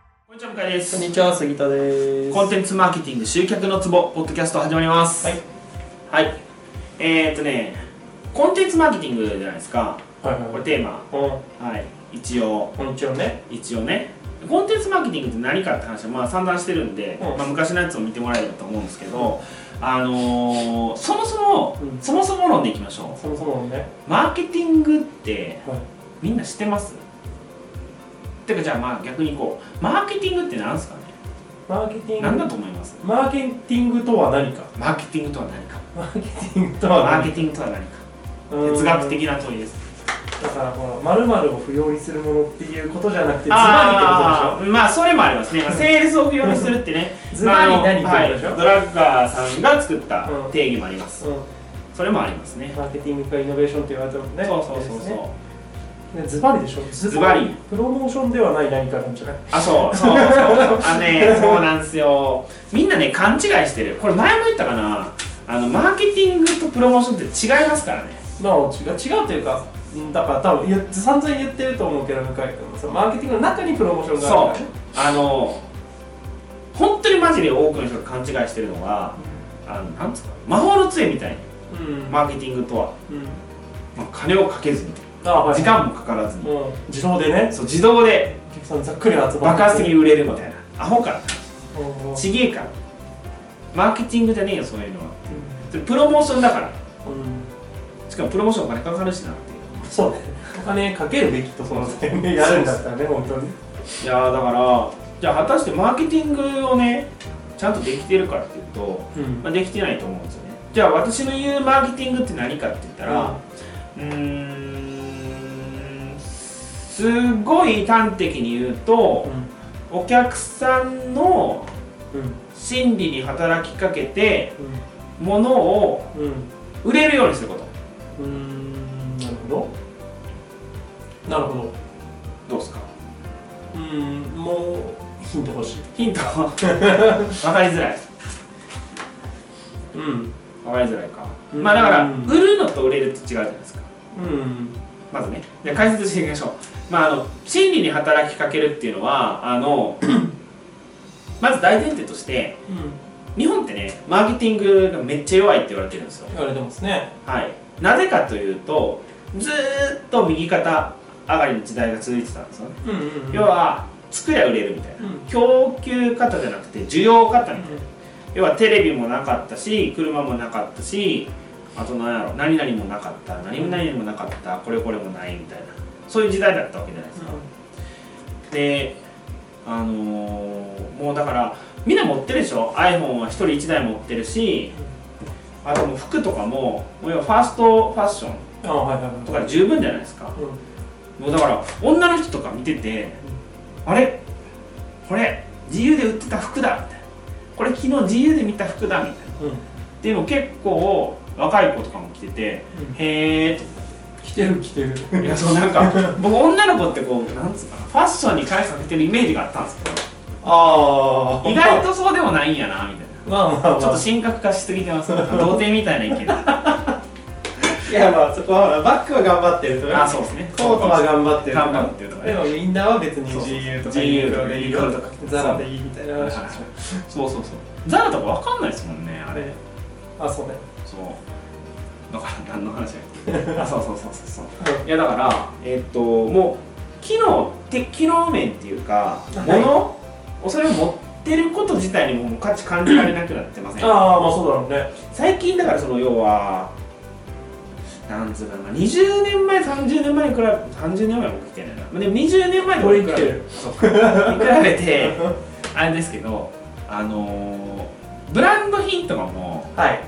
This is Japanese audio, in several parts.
平でこすんにちは、杉田です。コンテンツマーケティング集客のツボポッドキャスト始まりますはい、はいえー、っとねコンテンツマーケティングじゃないですかはいはいここれれテーマはい一応こんにちはね。一応ねコンテンツマーケティングって何かって話はまあ散々してるんで、うんまあ、昔のやつを見てもらえればと思うんですけど、あのーそもそも、うんそもそも論でいきましょそもそものね。うマーケティングってはい。みんな知ってますてかじゃあまあ逆にこうマーケティングって何ですかねマーケティング。何だと思いますマーケティングとは何か。マーケティングとは何かマーケティングとマはー何ケか。ティングとは何かうん哲学。的な問いですだから、この、まるまるを不要にするものっていうことじゃなくて、ズあバあーまあそれもありますね、まあ、セールスを不要にするってねズバリ何まああのってことでしょはいドラッガーさんが作ったうん定義もありまリす、ってことでしょ。それもありますねうん。マーケティングかイノベーションって言われたもんね。そうそうそうそう、う。ね、ズバリでしょ。ズズバリ。プロモーションではない何かなんじゃない。あそうそうそうそうあねそうなんですよみんなね勘違いしてるこれ前も言ったかなあのマーケティングとプロモーションって違いますからねまあ、違う、違うというか。うんだから多分言って散々言ってると思うけど向井君そのマーケティングの中にプロモーションがあそるからねうあの本当にマジで多くの人が勘違いしてるのがあのなんつうか魔法の杖みたいにうんマーケティングとは、うんまあ、金をかけずにあはい時間もかからずにもう自動でねそう自動でお客さんざっくり集ま爆る発的に売れるみたいなアホかうんうんちげえからマーケティングじゃねえよそういうのはそれプロモーションだからうんしかもプロモーションお金かかるしなっていうそうねお金かけるべきとその点でやるんだったらね本当にいやーだからじゃあ果たしてマーケティングをねちゃんとできてるかっていうと、うんまあ、できてないと思うんですよねじゃあ私の言うマーケティングって何かって言ったらうーんすごい端的に言うとお客さんのうんうん心理に働きかけて物をうん売れるようにすることうんうんなるほどなるほどどうですかうんもうヒント欲しいヒン トわかりづらいうんわかりづらいか、うんまあだからうん売るのと売れるって違うじゃないですかうんまずねじゃあ解説していきましょうまああの心理に働きかけるっていうのはあの まず大前提としてうん日本ってねマーケティングがめっちゃ弱いって言われてるんですよ言われてますねはいなぜかというとずーっと右肩上がりの時代が続いてたんですよね、うんうんうん要は作りゃ売れるみたいな、うん供給方じゃなくて需要方みたいな、う要はテレビもなかったし車もなかったしあと何やろ何々もなかった何々もなかったこれこれもないみたいなそういう時代だったわけじゃないですか、であのーもうだからみんな持ってるでしょ iPhone は1人1台持ってるしあともう服とかももう要はファーストファッションんあはいはいはとかで十分じゃないですかいうんもうだから女の人とか見ててあれこれ自由で売ってた服だみたいなこれ昨日自由で見た服だみたいなうんでも結構若い子とかも来てて、うんへえ来てる来てるといやそうなんか 僕女の子ってこうなんつうかなファッションに返されてるイメージがあったんですけあど意外とそうでもないんやなみたいまあまあまあなちょっと神格化しすぎて ますなんか童貞みたいな意見いやまあそこはほらバックは頑張ってるとねあそうですねコートは頑張ってる頑張ってるとかねでもインナーは別にそうそう GU とか GU ユニクロでいいユニクロとかザラでいいみたいな話はいそうそうそうザラとかわかんないですもんねああれれあそうねそうだから何の話やっ けあそうそうそうそうそういやだからえっともう機能って機能面っていうかはい物をそれを持ってること自体にもう価値感じられなくなってませんああまあそうだろうね最近だからその要はなんつうかな20年前30年前に比べ30年前も来てないなまあでも20年前と比べ俺生きてるそうに比べてあれですけどあのーブランド品とかもはい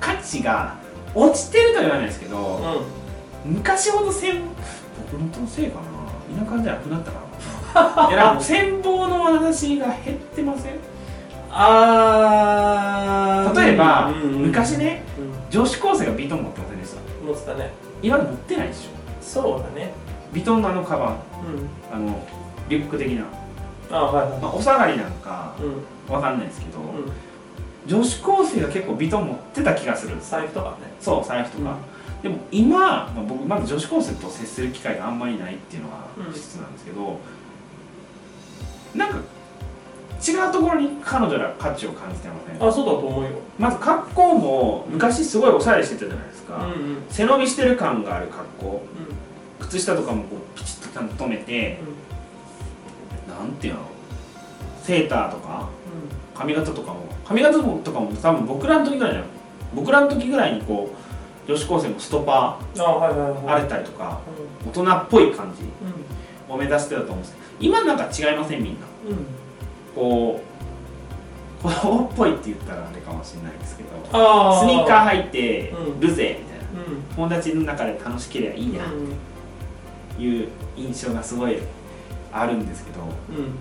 価値が落ちてるとは言わないですけど、う昔ほどせん僕のせいかな田舎じゃなくなったからかないやなんかもう戦望の話が減ってませんんあー例えば、うんうん昔ねうん女子高生がビトン持ってませんでした持ってたね今持ってないでしょそうだねビトンのあのカバンうんあのリュック的な、ああはいはまあ、お下がりなんかいうんわかんないですけど、うん女子高生が結構ビトン持ってた気がするんです財布とかねそう財布とか、でも今、まあ僕まだ女子高生と接する機会があんまりないっていうのがうん実なんですけど、なんか違うところに彼女ら価値を感じてませんあそうだと思うよまず格好も昔すごいおしゃれしてたじゃないですうか、んうんうん背伸びしてる感がある格好靴下とかもこうピチッとちゃんと止めてなんていうのセーターとか髪型とかも髪型とかも多分僕らの時ぐらいじゃん僕らの時ぐらいにこう女子高生もストパあはいはいーはい荒れたりとか大人っぽい感じうを目指してたと思うんですけど今なんか違いませんみんなんうんこう子供っぽいって言ったらあれかもしれないですけどスあニーカーー履いてうんるぜみたいなうん友達の中で楽しければいいないう印象がすごいあるんですけどうんうん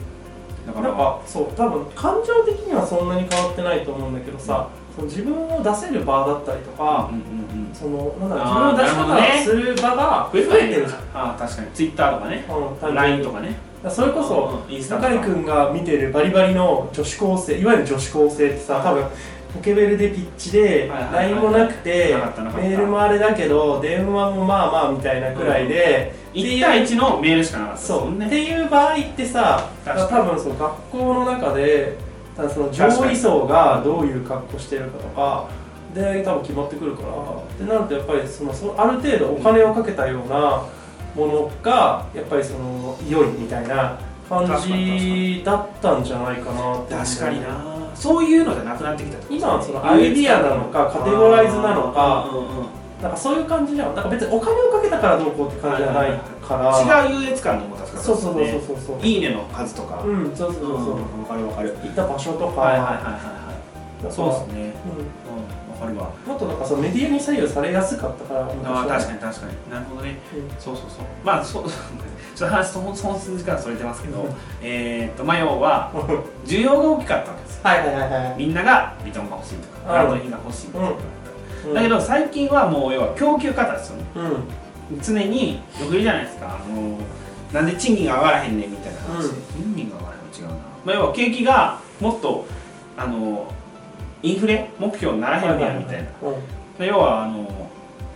だかならんかそう多分感情的にはそんなに変わってないと思うんだけどさ、その自分を出せる場だったりとか、うんうんうんそのなんだあろーう自分をなるほど出ねし方をする場が増え増えててるるじじゃゃんああ確かにツイッターとかねん、うん、単純に LINE とかねだからそれこそうんインスタとか中井君が見てるバリバリの女子高生いわゆる女子高生ってさ多分ポケベルでピッチではいはいはい LINE もなくてなかったなかったメールもあれだけど電話もまあまあみたいなくらいで、 1対1のメールしかなかったですそもうんっていう場合ってさ多確か分そう学校の中でただその上位層がどういう格好してるかとかで多分決まってくるからでなるとやっぱりそのそある程度お金をかけたようなものがやっぱりその良いみたいな感確かじだったんじゃないかなって確かになそういうのじゃなくなってきたってこと今はそのアイディアなのかカテゴライズなのあかーうんうんうんなんかそういう感じじゃんなんか別にお金をかけたからどうこうって感じじゃないから違う優越感の持たせ方ですそねうそうそうそうそういいねの数とかうんそうそうそうそう、んわかるわかる行った場所とか、はいはいはいはいはいそうですねううんわかるわん、もっとなんかそのメディアに左右されやすかったから、あー昔確はかに確かになるほどねうんそうそうそうまあそう ちょっと話そのその数時間それてますけどえーっとまあ要は需要が大きかったわけですよはいはいはいはい。みんながビトンが欲しいとかブはいランド品が欲しいとかうんだけど最近はもう要は供給方ですよねうん、常によく言うじゃないですかあのなんで賃金が上がらへんねんみたいな話、賃金が上がらへんは違うな、まあ、要は景気がもっとあのインフレ目標にならへんねやみたいな、要はあの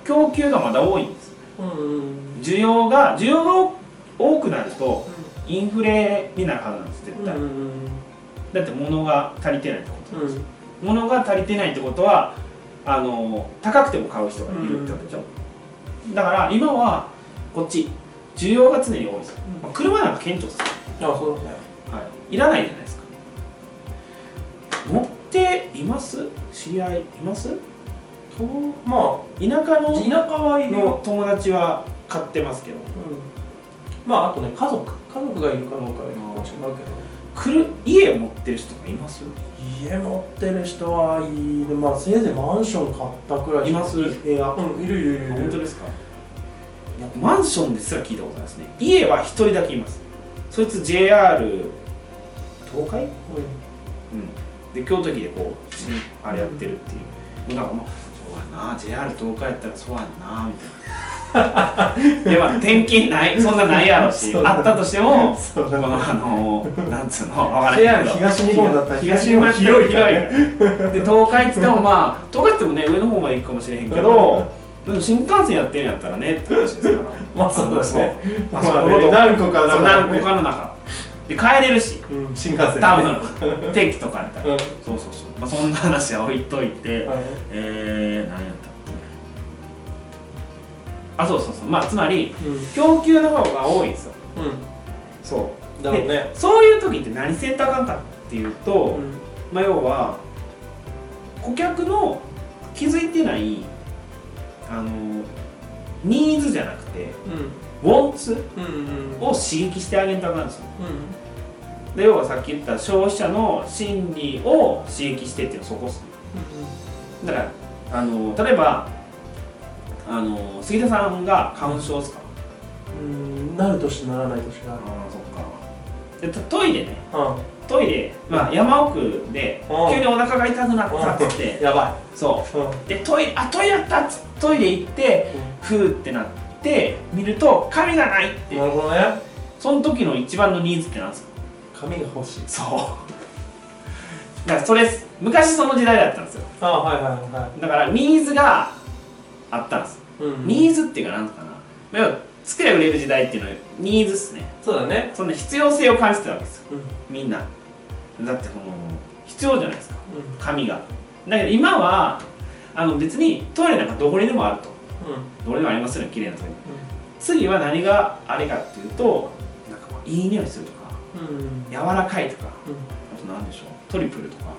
供給がまだ多いんですうん。うんうんうん。需要が需要が多くなるとインフレになるはずなんです絶うんう対、んうんだって物が足りてないってことうんうん物が足りてないってことはあの高くても買う人がいるってことでしょ、だから今はこっち需要が常に多いんですよ、まあ車なんか顕著ですよ、あ、そうだね。い、らないじゃないですか持っています知り合いいますとま田舎あ、の田舎はいるよ。の友達は買ってますけどうん。まあ、あとね、家族。家族がいるかどうかはもちろんだけど。くる家持ってる人がいます家持ってる人はいいね。まあ、せいぜいマンション買ったくらいしか。いますいや、うん、いるいるいるいる。本当ですかマンションですら聞いたことないですね家は一人だけいますそいつ JR 東海うん、で京都駅でこう一緒にあれやってるっていう、なんかまあそうやな JR 東海やったらそうやんなみ たいないやまあ転勤ないそんなないやろしそうだねあったとしてもそうこだねのあのなんつうの分からへん JR けど東日本だったら東日本だったら広い広いで東海っつってもまあ東海っつってもね上の方まで行くかもしれへんけどでも新幹線やってるんやったらねって話ですからまあそうだねままああ、そうね何個かそうだ何ね個かの中で帰れるしうん、新幹線ダメうなんの 定期とかやったら、そうそうそう、まあ、そんな話は置いといて、えー、何やったっけあそうそうそうまあつまり供給の方が多いんですようそうだろうねそういう時って何せんとあかんかっていうと、んまあ要は顧客の気づいてないあのニーズじゃなくてウォンツうんうんうんを刺激してあげんとあかんんですようんで要はさっき言った消費者の心理を刺激してっていうのはそこっすだからあの例えばあの杉田さんが花粉症ですかうんなる年ならない年があるあそっかでトトイレねうトイレ、まあ、山奥でうん急にお腹が痛くなったっつっんてやばそいうんうんうでトイレあトイレやったっつってトイレ行ってふーってなって見ると髪がないってなるほどねその時の一番のニーズってなんですか髪が欲しいそうだからそれっす昔その時代だったんですよあはいはいはだからニーズがあったんですいうんニーズっていうかなんかなまあ要は作りゃ売れる時代っていうのはニーズっすねそうだねそんな必要性を感じてたわけですようんみんなだってその必要じゃないですか紙がだけど今はあの別にトイレなんかどこにでもあるとどこにでもありますよね綺麗なトイレ次は何があれかっていうとなんかこういい匂いするとか柔らかいとかあと何でしょうトリプルとか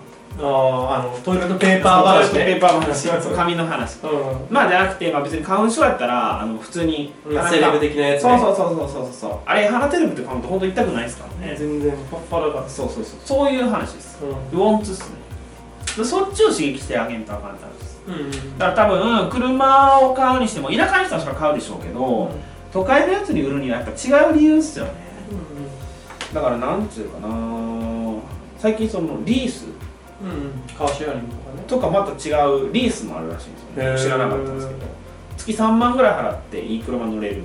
あああのトイレットペーパー話ペねーパーの話そう紙の話うんまあじゃなくて、まあ、別に花粉症やったらあの普通にセレブ的なやつそうねそうそうそうそうそうあれ鼻テレビとか本当本当痛くないですからね全然パッパラがそうそうそうそういう話ですうウォンツっすねでそっちを刺激してあげんとあかんって話ですんうんだから多分車を買うにしても田舎の人しか買うでしょうけど、都会のやつに売るにはやっぱ違う理由っすよねだからなんつうかな最近そのリースうんうんカーシェアリングとかねとかまた違うリースもあるらしいんですよへねー知らなかったんですけど月3万ぐらい払っていい車乗れるみ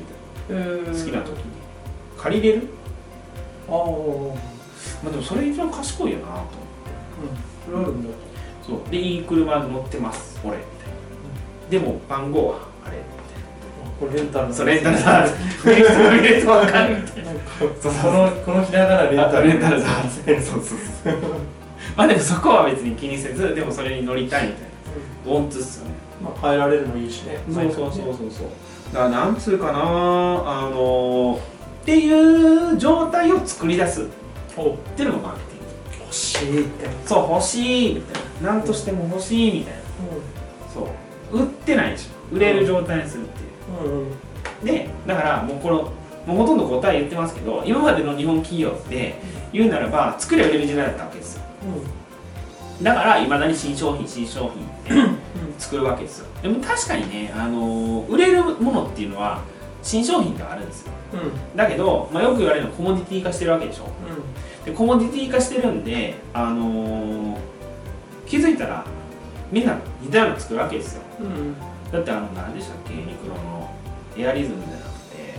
たいな好きな時に借りれるああうんまあでもそれ一番賢いよなと思ってそれあるんだそうでいい車乗ってます俺みたいなでも番号はあれみたいこれレンタルなのそうレンタルザーズレンタルレンタルわかんないなんかそうこのこのひらがなレンあタとルレンタルザーズそうそうそうまあでもそこは別に気にせずでもそれに乗りたいみたいなウォンツっすよねまあ変えられるのいいしねそうそうだからなんつうかなあのー、っていう状態を作り出すっおていうのがマーケティング欲しいってそう欲しいみたいな何としても欲しいみたいなそう売ってないでしょ売れる状態にするっていううんうんでだからもうこのもうほとんど答え言ってますけど今までの日本企業って言うならば作りゃ売れる時代だったわけですよだからいまだに新商品新商品って作るわけですよでも確かにね、あのー売れるものっていうのは新商品ではあるんですようんうんだけど、まあ、よく言われるのはコモディティ化してるわけでしょでコモディティ化してるんで、あのー気づいたらみんな似たようなの作るわけですようんうんだってあの何でしたっけユニクロのエアリズムじゃなくて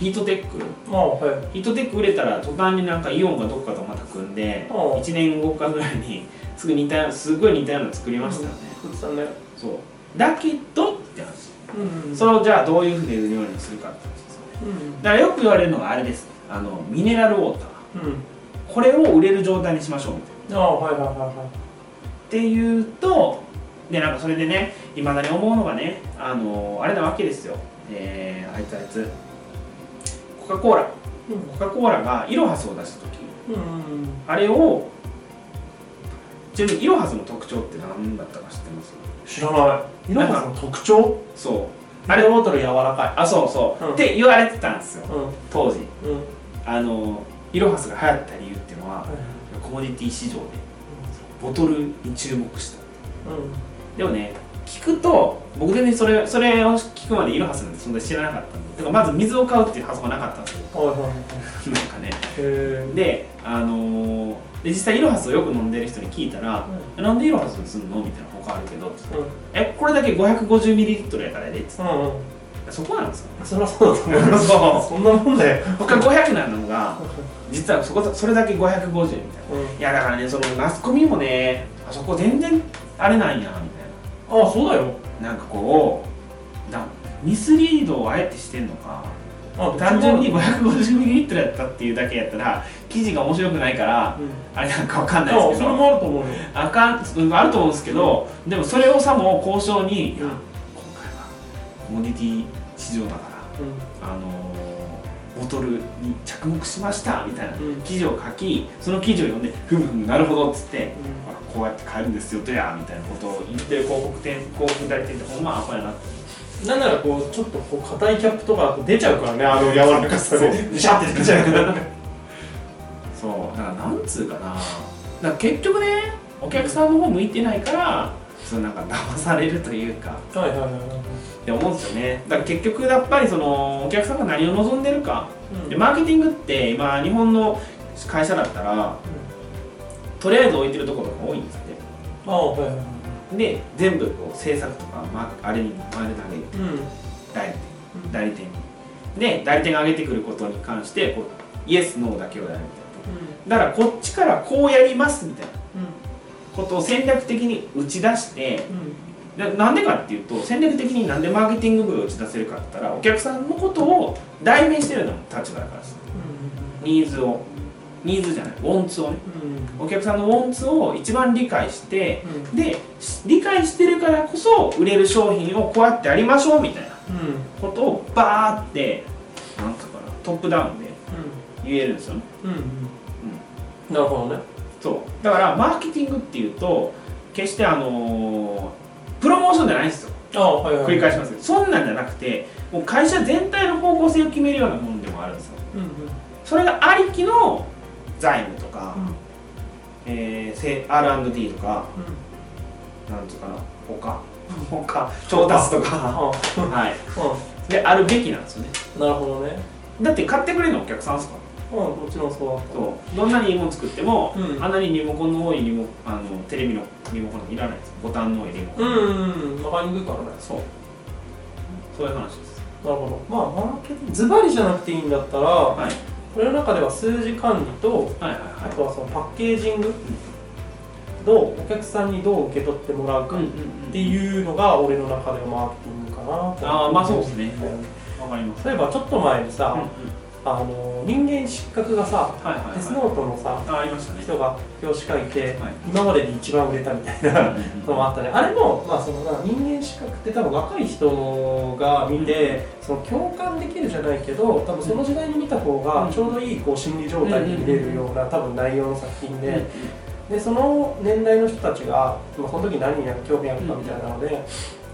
ヒートテックまあはいヒートテック売れたら途端になんかイオンがどっかとまた組んでうん1年後かぐらいにすぐ似たようなすごい似たようなの作りましたよね、そうしたねそうだけどって話、うんうんそれをじゃあどういうふうに売るようにするかって話ですよねうんだからよく言われるのがあれですあのミネラルウォーターうんこれを売れる状態にしましょうみたいなああはいはいはいはっていうとでなんかそれでねいまだに思うのがねあのあれなわけですよえー、あいつあいつコカ・コーラいうんコカ・コーラがイロハスを出した時うんあれをちなみにイロハスの特徴って何だったか知ってます知らない色がの特徴そうあれボトル柔らかあそうそう、うんって言われてたんですよいうんうん当時あのイロハスが流行った理由っていうのはコモディティ市場でボトルに注目したでもね聞くと僕全然それそれを聞くまでイロハスなんてそんなに知らなかったんでてかまず水を買うっていう発想がなかったんですよ はいはいはいなんかねへえであのーで実際イロハスをよく飲んでる人に聞いたら「なんでイロハスにすんの?」みたいな他あるけどうんうん「えこれだけ 550ml やからで」っつっうんうんてそこなんですよそりゃそうだと思うそそんなもんだよ他500なのが実はそこそれだけ550みたいなうんいやだからねそのマスコミもねあそこ全然あれなんやみああそうだよたいななんかこうなミスリードをあえてしてんのかあ単純に 550ml やったっていうだけやったら記事が面白くないからうんあれなんかわかんないあですそけどれもあると思うよあかんうんあると思うんですけどでもそれをさも交渉にいや今うん回はコモディティ市場だからあうんのーボトルに着目しましたみたいなうん記事を書きその記事を読んでふむふむなるほどっつってあこうやって買えるんですよとやみたいなことを言ってる広告店広告代理店ってほんまアホやなってなんならこうちょっとこう硬いキャップとかだと出ちゃうからねあの柔らかさでそうシャッて出ちゃうからそうだからなんつうかなだから結局ねお客さんの方向いてないからそのなんか騙されるというかはいはいはいはいって思うんですよねだから結局やっぱりそのお客さんが何を望んでるかうんでマーケティングって今日本の会社だったらとりあえず置いてるところが多いんですってああはいはいはいで全部こう制作とか、まあ、あれに丸投げうんうん代理店代理店にで代理店が上げてくることに関してこうイエスノーだけをやるみたいなだからこっちからこうやりますみたいなことを戦略的に打ち出してうんななんでかっていうと戦略的になんでマーケティング部が打ち出せるかって言ったらお客さんのことを代弁してるのも立場だからですうニーズをニーズじゃないウォンツをねうんお客さんのウォンツを一番理解してうんでし理解してるからこそ売れる商品をこうやってやりましょうみたいなうんことをバーってなんつうかなトップダウンで言えるんですよねうんうんうんなるほどねそうだからマーケティングっていうと決してあのープロモーションじゃないんですよああはいはい繰り返しますけどそんなんじゃなくてもう会社全体の方向性を決めるようなものでもあるんですようんうんそれがありきの財務とか、えーせ R&D とかなんとかな他他調達とかあはいあであるべきなんですよねうんなるほどねだって買ってくれるのはお客さんですからうんもちろんそうだったそうどんなにいいもの作っても、うんあんなにリモコンの多いリモあのテレビのリモコンいらないですボタンの多いリモコン、うんうんうん分かりにくいからねそうそういう話ですなるほどまあマーケティングズバリじゃなくていいんだったらはいこれの中では数字管理とはいはいあはとはそのパッケージングどうお客さんにどう受け取ってもらうい、うかんっうんていうのが俺の中ではマーケティングかなとあーまあそうですねんうんわかります例えばちょっと前うにんうんさ、あの人間失格がさはいはいはいデスノートのさあありましたね人が表紙書いて、はい今までで一番売れたみたいなのもあったねあれも、まあ、そのな人間失格って多分若い人が見て、その共感できるじゃないけど多分その時代に見た方うがんちょうどいいこう心理状態に見れるような多分内容の作品で。でその年代の人たちが、まあ、この時何に興味あるかみたいなので、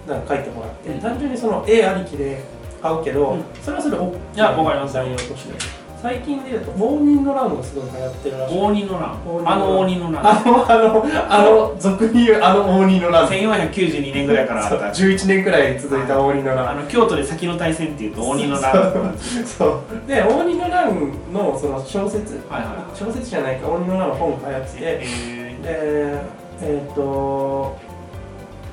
なんか書いてもらって、うん単純にその絵ありきで買うけど、うんそれはそれでおいやわかります内容として最近でいうと応仁の乱がすごい流行ってるらしい大仁の乱応仁の乱あの大仁の乱 あのあのあの俗に言うあの応仁の乱1492年ぐらいからあそうった11年くらい続いた応仁のあ乱の京都で先の大戦っていうと大仁の乱なんですそうで応仁の乱のその小説はいはいはい小説じゃないか応仁の乱の本が流行っててえーでえっ、と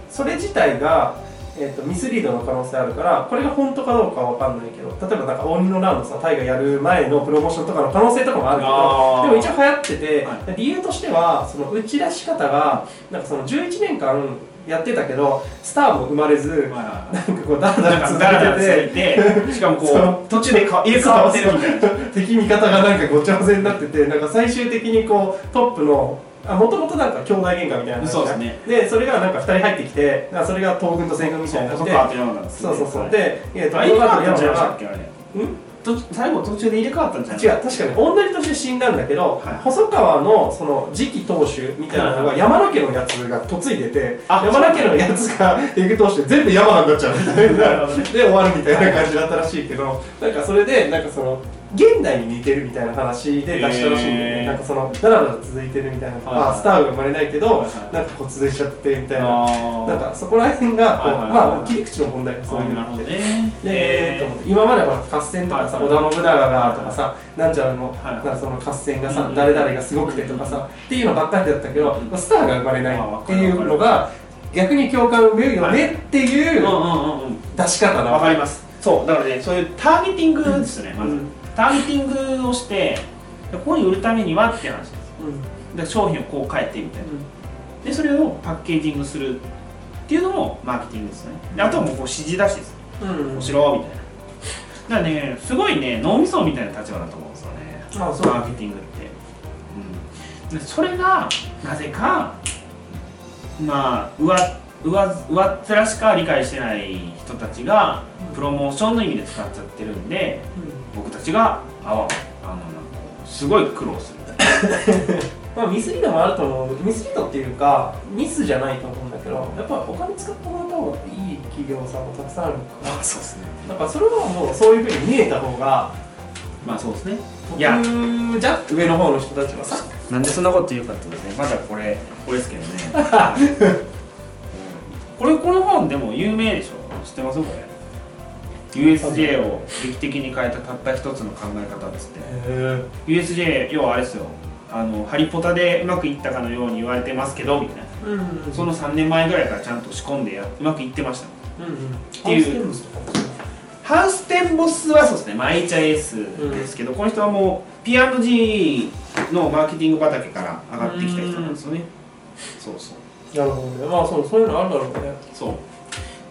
それ自体が、えー、とミスリードの可能性あるからこれが本当かどうかは分かんないけど例えばなんか「鬼の乱」のさ大河やる前のプロモーションとかの可能性とかもあるけあーどでも一応流行ってて、はいで理由としてはその打ち出し方がなんかその11年間やってたけどスターも生まれずはいはいなんかこうダラダなんラか続ダラダラけてて。続いて、しかもこそうう、途中でか入れ替わってるみたいな。敵味方がなんかごちゃ混ぜになって てなんか最終的にこうトップのもともとなんか兄弟喧嘩みたいな話そうですねでそれがなんか2人入ってきてなんかそれが東軍と西軍みたいになって細川と山田ですねそうそうそう、はいで、えー、とあ入れ替わったん山じゃない田でしたがっけあれうん途最後途中で入れ替わったんじゃない違う確かに女として死んだんだけど、はい細川のその次期当主みたいなのがはい山田家のやつが嫁いでてあ山田家のやつが行く当主で全部山田になっちゃうみたいなるなほどで終わるみたいな感じだったらしいけどなんかそれでなんかその現代に似てるみたいな話で出したらしいんだよね、へーなんかそのダラダラ続いてるみたいな、はいはいあスターが生まれないけど、はいはいなんか骨髄しちゃってみたいなあなんかそこら辺がこはいはいう、はいはいまあ切り口の問題がーそういうなるほのがあっどてね。で、えーとえ思って今まではほら合戦とかさはい織田信長がとかさなんちゃらの,、はいなんかその合戦がうんさ、うん誰々がすごくてとかさっていうのばっかりだったけど、うんスターが生まれないっていうのが逆に共感を生めるよねっていーうんうんううんう出し方ん。わなわかります。そう、だからね、そういうターゲティングですよね、まうずん。ターゲティングをして、でここに売るためにはっていう話です。うんうんで商品をこう変えてみたいな。で、それをパッケージングするっていうのもマーケティングですよね。であとはもうこう指示出しです。うん面白いみたいなだからねすごいね脳みそみたいな立場だと思うんですよねあそうマーケティングって、うん、でそれがなぜかまあ上上上っ面しか理解してない人たちがプロモーションの意味で使っちゃってるんで僕たちがあわあのなんかすごい苦労するまあミスリードもあると思うミスリードっていうかミスじゃないと思うんだけどやっぱお金使ってもらった方がいい企業さんもたくさんあるのかあそうですねなだからそれはもうそういうふうに見えた方がまあそうですね僕いじゃや上の方の人たちはさなんでそんなこと言うかってことですねまだこれこれですけどね これこの本でも有名でしょ知ってますこれ USJ を劇的に変えたたった一つの考え方ですって USJ 要はあれですよあのハリポタでうまくいったかのように言われてますけどみたいなうんうんうんその3年前ぐらいからちゃんと仕込んでやうまくいってましたうんうんていうハウステンボスはそうですねマイチャエースですけど、この人はもう P&G のマーケティング畑から上がってきた人なんですよねそうそうなるほどねまあそうそういうのあるだろうねそう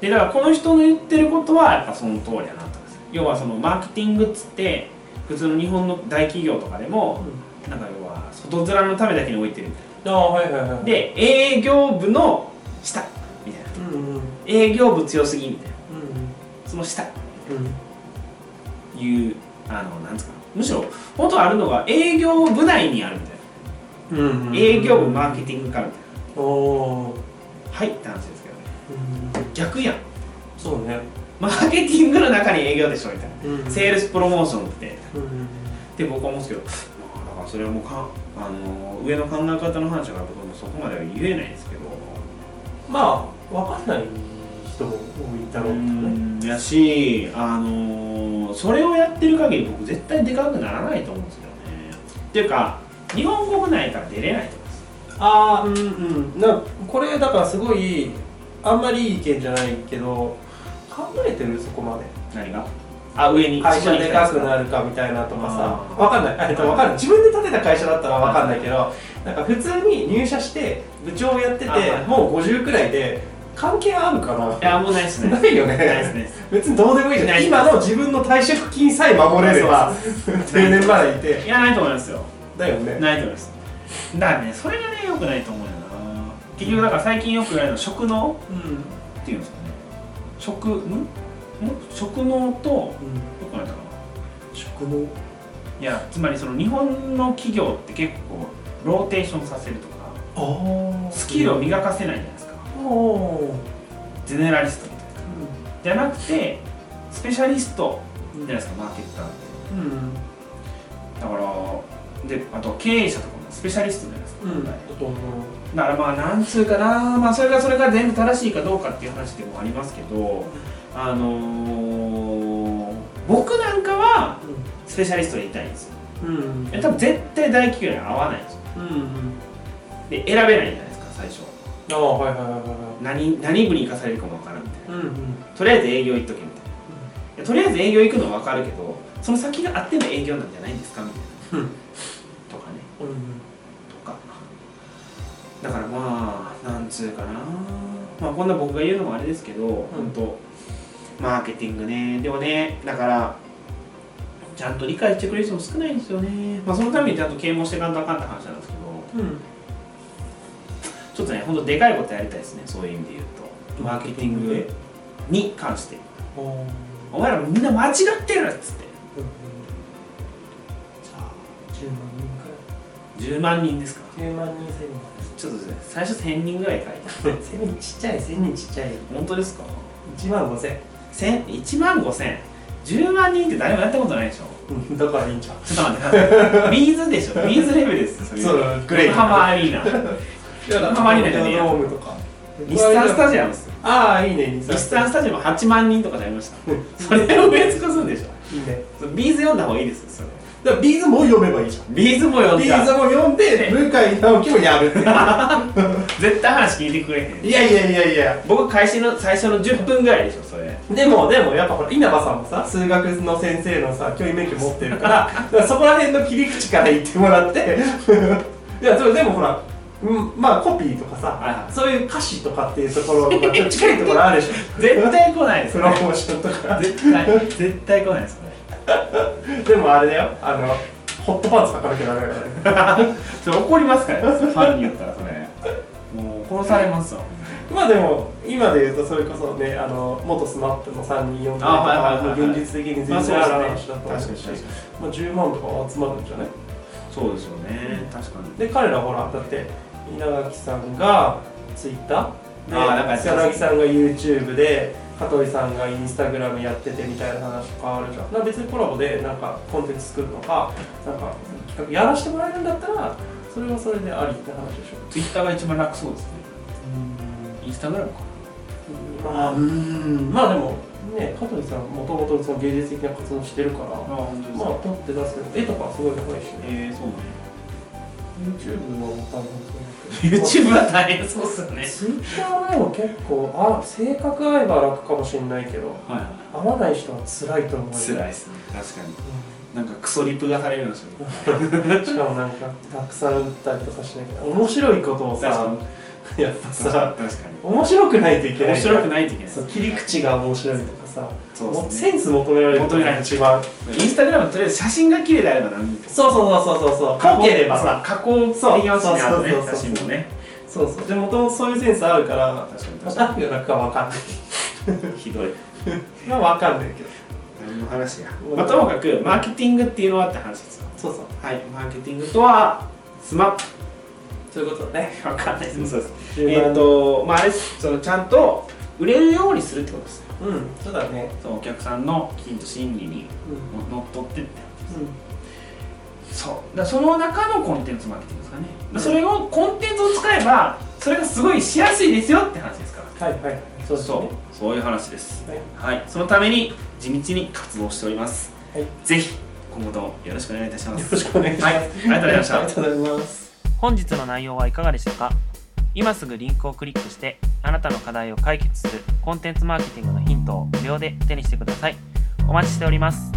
でだからこの人の言ってることはやっぱその通りだなと思います要はそのマーケティングっつって普通の日本の大企業とかでもなんか要は外面のためだけに置いてるみたいああはいはいはないで営業部の下みたいなうんうんうん営業部強すぎみたいなその下いうあのなんですかむしろ元あるのが営業部内にあるみたいうんうんうんな営業部マーケティング課みたいおおーな入った話ですけどねうん逆やんそうねマーケティングの中に営業でしょみたいうんなセールスプロモーションってうんうんって僕は思うんですけど、まあ、だからそれはもうかあの上の考え方の話は僕もそこまでは言えないですけどまあわかんない人も多いだろうけどねうんやしあのそれをやってる限り僕絶対でかくならないと思うんですよねっていうか日本国内から出れないと思うんですああうんうんなこれだからすごいあんまりいい意見じゃないけど考えてるそこまで何があ上に会社でかくるなるかみたいなとかあさーわかんないえっとわかんない自分で建てた会社だったらわかんないけどなんか普通に入社して部長をやっててあはいもう50くらいで関係あるかないやもうないっすねないよねないっすね別にどうでもいいじゃなんい今の自分の退職金さえ守れれば定年までいていやないと思いますよだよねないと思いますだからねそれがねよくないと思うよな結局だから最近よく言われるのは職能うんっていうんですかね食んん食能とどこなんだろう職能いやつまりその日本の企業って結構ローテーションさせるとかああスキルを磨かせないじゃないですかおおゼネラリストみたいなじゃなくてスペシャリストじゃないですかマーケッターってうんだからであと経営者とかもスペシャリストじゃないですか、うんだだかと思うらまあなんつうかなまあそれがそれが全部正しいかどうかっていう話でもありますけどあのー僕なんかはスペシャリストでいたいんですようんうんえ多分絶対大企業には合わないんですようんうんで選べないじゃないですか最初ああはいはいはいは何何部に行かされるかも分からんみたいいうんうんなとりあえず営業行っとけみたいないやとりあえず営業行くのは分かるけどその先があっての営業なんじゃないんですかみたいうんなとかねうんとかだからまあなんつうかなまあこんな僕が言うのもあれですけど、本当マーケティングねでもねだからちゃんと理解してくれる人も少ないんですよねまあそのためにちゃんと啓蒙していかんとあかんって話なんですけどうんちょっとねほんとでかいことやりたいですねそういう意味で言うとマーケティングに関しておおお前らみんな間違ってるっつってじゃあ10万人くら10万人ですかい10万人千人ちょっとですね最初1000人ぐらい書いて千人ちっちゃい千人ちっちゃい本当ですか1万5千1000 1万5000 10万人って誰もやったことないでしょだからいいんちゃうちょっと待ってくださいビーズでしょビーズレベルですそれそうだグレー横浜アリーナだあんまりないねドームとか日産スタジジアムですよアムああいいね日日産産スタジアム8万人とかになりましたそれを植え尽くすんでしょいいねそれビーズ読んだ方がいいですよそれだからビーズも読めばいいじゃんビーズも読んビだーズも読んで向井直樹もやるって絶対話聞いてくれへんいやいやいやいや僕開始の最初の10分ぐらいでしょそれでもでもやっぱほら稲葉さんもさ数学の先生のさ教員免許持ってるからだからそ こら辺の切り口から言ってもらって いやでもでもほら、うん、まあコピーとかさ、はいはいそういう歌詞とかっていうところとかちょっと近いところあるでしょ 絶対来ないですプロモーションとか絶対絶対来ないですこでもあれだよあのホットパンツ履かなきゃダメだからね それ怒りますからねファンに言ったらそれもう殺されますわまあでも今で言うとそれこそねあの元スマップの3人4人とあはいはいかはいもはうい現実的に全まあ然ある話だとそう思うですねし確かに確かにまあ10万とかは集まるんじゃないそうですよね確かにで彼らほらだって稲垣さんがツイッターであーなんか柳さんが YouTube で香取さんがインスタグラムやっててみたいな話とかあるじゃんな別にコラボでなんかコンテンツ作るのかなんか企画やらせてもらえるんだったらそれはそれでありって話でしょツイッターが一番楽そうですねインスタグラムかまあうんまあでもね香取さんもともとその芸術的な活動してるからあま本当あ撮って出すけど絵とかすごい高いしえー、ねそうね YouTube はもう多分 YouTube は大変そうっすよねツイッターでも結構あ性格合えば楽かもしれないけどはいは合わない人は辛いと思うよ辛いですね確かになんかクソリプがされるんですようんしかもなんかたくさん打ったりとかしなきゃ面白いことを確かさに やっぱさ確かに面白くないといけない面白くないといけないそう切り口が面白いとかさそうもうですねセンス求められる求められる一番インスタグラムとりあえず写真が綺麗であればなんでそうそうそうそうそうそうかければさ加工できそうますねあとねそうそうそう写真もねそうそうでもともとそういうセンスあるから確かに確か何が楽か分かんないにひどいまあ分かんないけど何の話や、まあ、ともかくマーケティングっていうのはって話ですよそうそうはいマーケティングとはスマップそういうことだねわかんないですそうですうんえっ、とまああれですそのちゃんと売れるようにするってことですねうんそうだねそのお客さんのきちんと心理にうん乗っ取ってってうんそうだからその中のコンテンツマーケティングですかね、それをコンテンツを使えばそれがすごいしやすいですよって話ですからはいはいそうですねそうそういう話ですはいはいそのために地道に活動しております、はい ぜひ今後ともよろしくお願いいたしますよろしくお願いしまはす、いありがとうございましたありがとうございます本日の内容はいかがでしたか今すぐリンクをクリックしてあなたの課題を解決するコンテンツマーケティングのヒントを無料で手にしてくださいお待ちしております